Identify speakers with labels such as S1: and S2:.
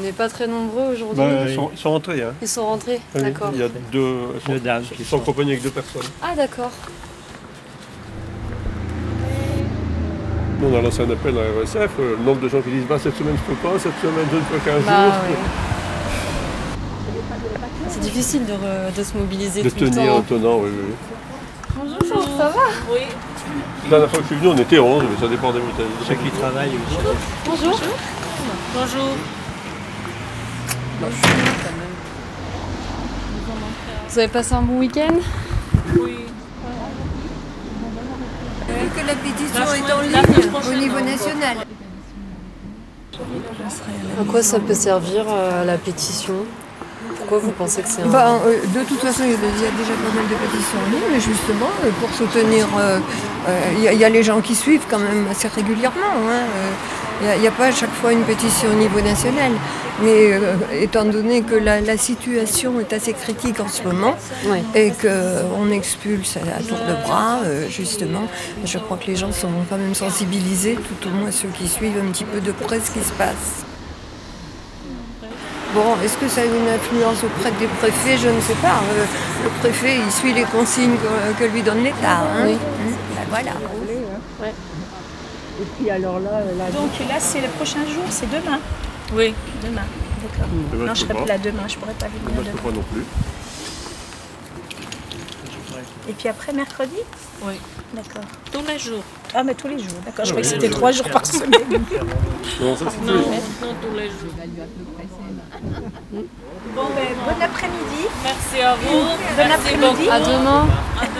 S1: n'est pas très nombreux aujourd'hui.
S2: Bah,
S3: oui.
S2: ils, sont, ils sont rentrés. hein.
S1: Ils sont rentrés,
S2: Oui,
S1: d'accord.
S2: Il y a deux. Ils sont,
S3: Deux dames qui
S2: ils sont
S3: sont-
S2: accompagnés avec deux personnes.
S1: Ah d'accord.
S2: Nous, on a lancé un appel à RSF. euh, le nombre de gens qui disent bah, cette semaine je peux pas, cette semaine je ne peux qu'un
S1: Bah,
S2: jour.
S1: ouais. C'est difficile de, re- de se mobiliser
S2: De
S1: tout le
S2: tenir en
S1: temps.
S2: tenant, oui, oui.
S1: Bonjour, ça va
S4: Oui.
S2: La dernière fois que je suis venu, on était 11, mais ça dépend des montagnes.
S3: Ceux qui travaillent aussi.
S1: Bonjour.
S4: Bonjour.
S1: Vous avez passé un bon week-end
S4: Oui.
S5: que la pétition
S4: La
S5: est en
S4: semaine- la semaine
S5: ligne au
S4: prochaine,
S5: niveau
S4: encore.
S5: national.
S1: À quoi ça peut servir euh, la pétition Pourquoi vous pensez que c'est un...
S5: Bah, euh, de toute façon, il y a déjà- déjà pas mal de pétitions en ligne, mais justement, euh, pour soutenir, euh, euh, il y, a- il y a les gens qui suivent quand même assez régulièrement. hein, euh, Il n'y a, il y a pas à chaque fois une pétition au niveau national. Mais euh, étant donné que la, la situation est assez critique en ce moment
S1: Ouais.
S5: et qu'on expulse à, à tour de bras, euh, justement, je crois que les gens sont quand même sensibilisés, tout au moins ceux qui suivent un petit peu de près ce qui se passe. Bon, est-ce que ça a une influence auprès des préfets Je ne sais pas. Euh, Le préfet, il suit les consignes que, que lui donne l'État. hein.
S1: Oui.
S5: Hein Ben voilà.
S6: Donc là, c'est le prochain jour, c'est demain.
S4: Oui.
S6: Demain, d'accord.
S2: Demain,
S6: non,
S2: Bah, je
S6: je
S2: peux pas.
S6: serai
S2: Bah,
S6: pas là demain, je pourrais pas
S2: Moi,
S6: venir
S2: je ne
S6: demain.
S2: peux pas non plus.
S6: Et puis après, mercredi
S4: Oui.
S6: D'accord.
S4: Tous les jours.
S6: Ah, mais tous les jours, d'accord. Je
S2: Oui,
S6: croyais que
S2: oui,
S6: c'était
S2: oui.
S6: trois jours par semaine.
S2: Non, ça, c'est
S4: Non, non,
S2: tout.
S4: tous les jours.
S6: bon, ben, bon après-midi.
S4: Merci à vous.
S6: Bon après-midi.
S1: À demain.
S4: À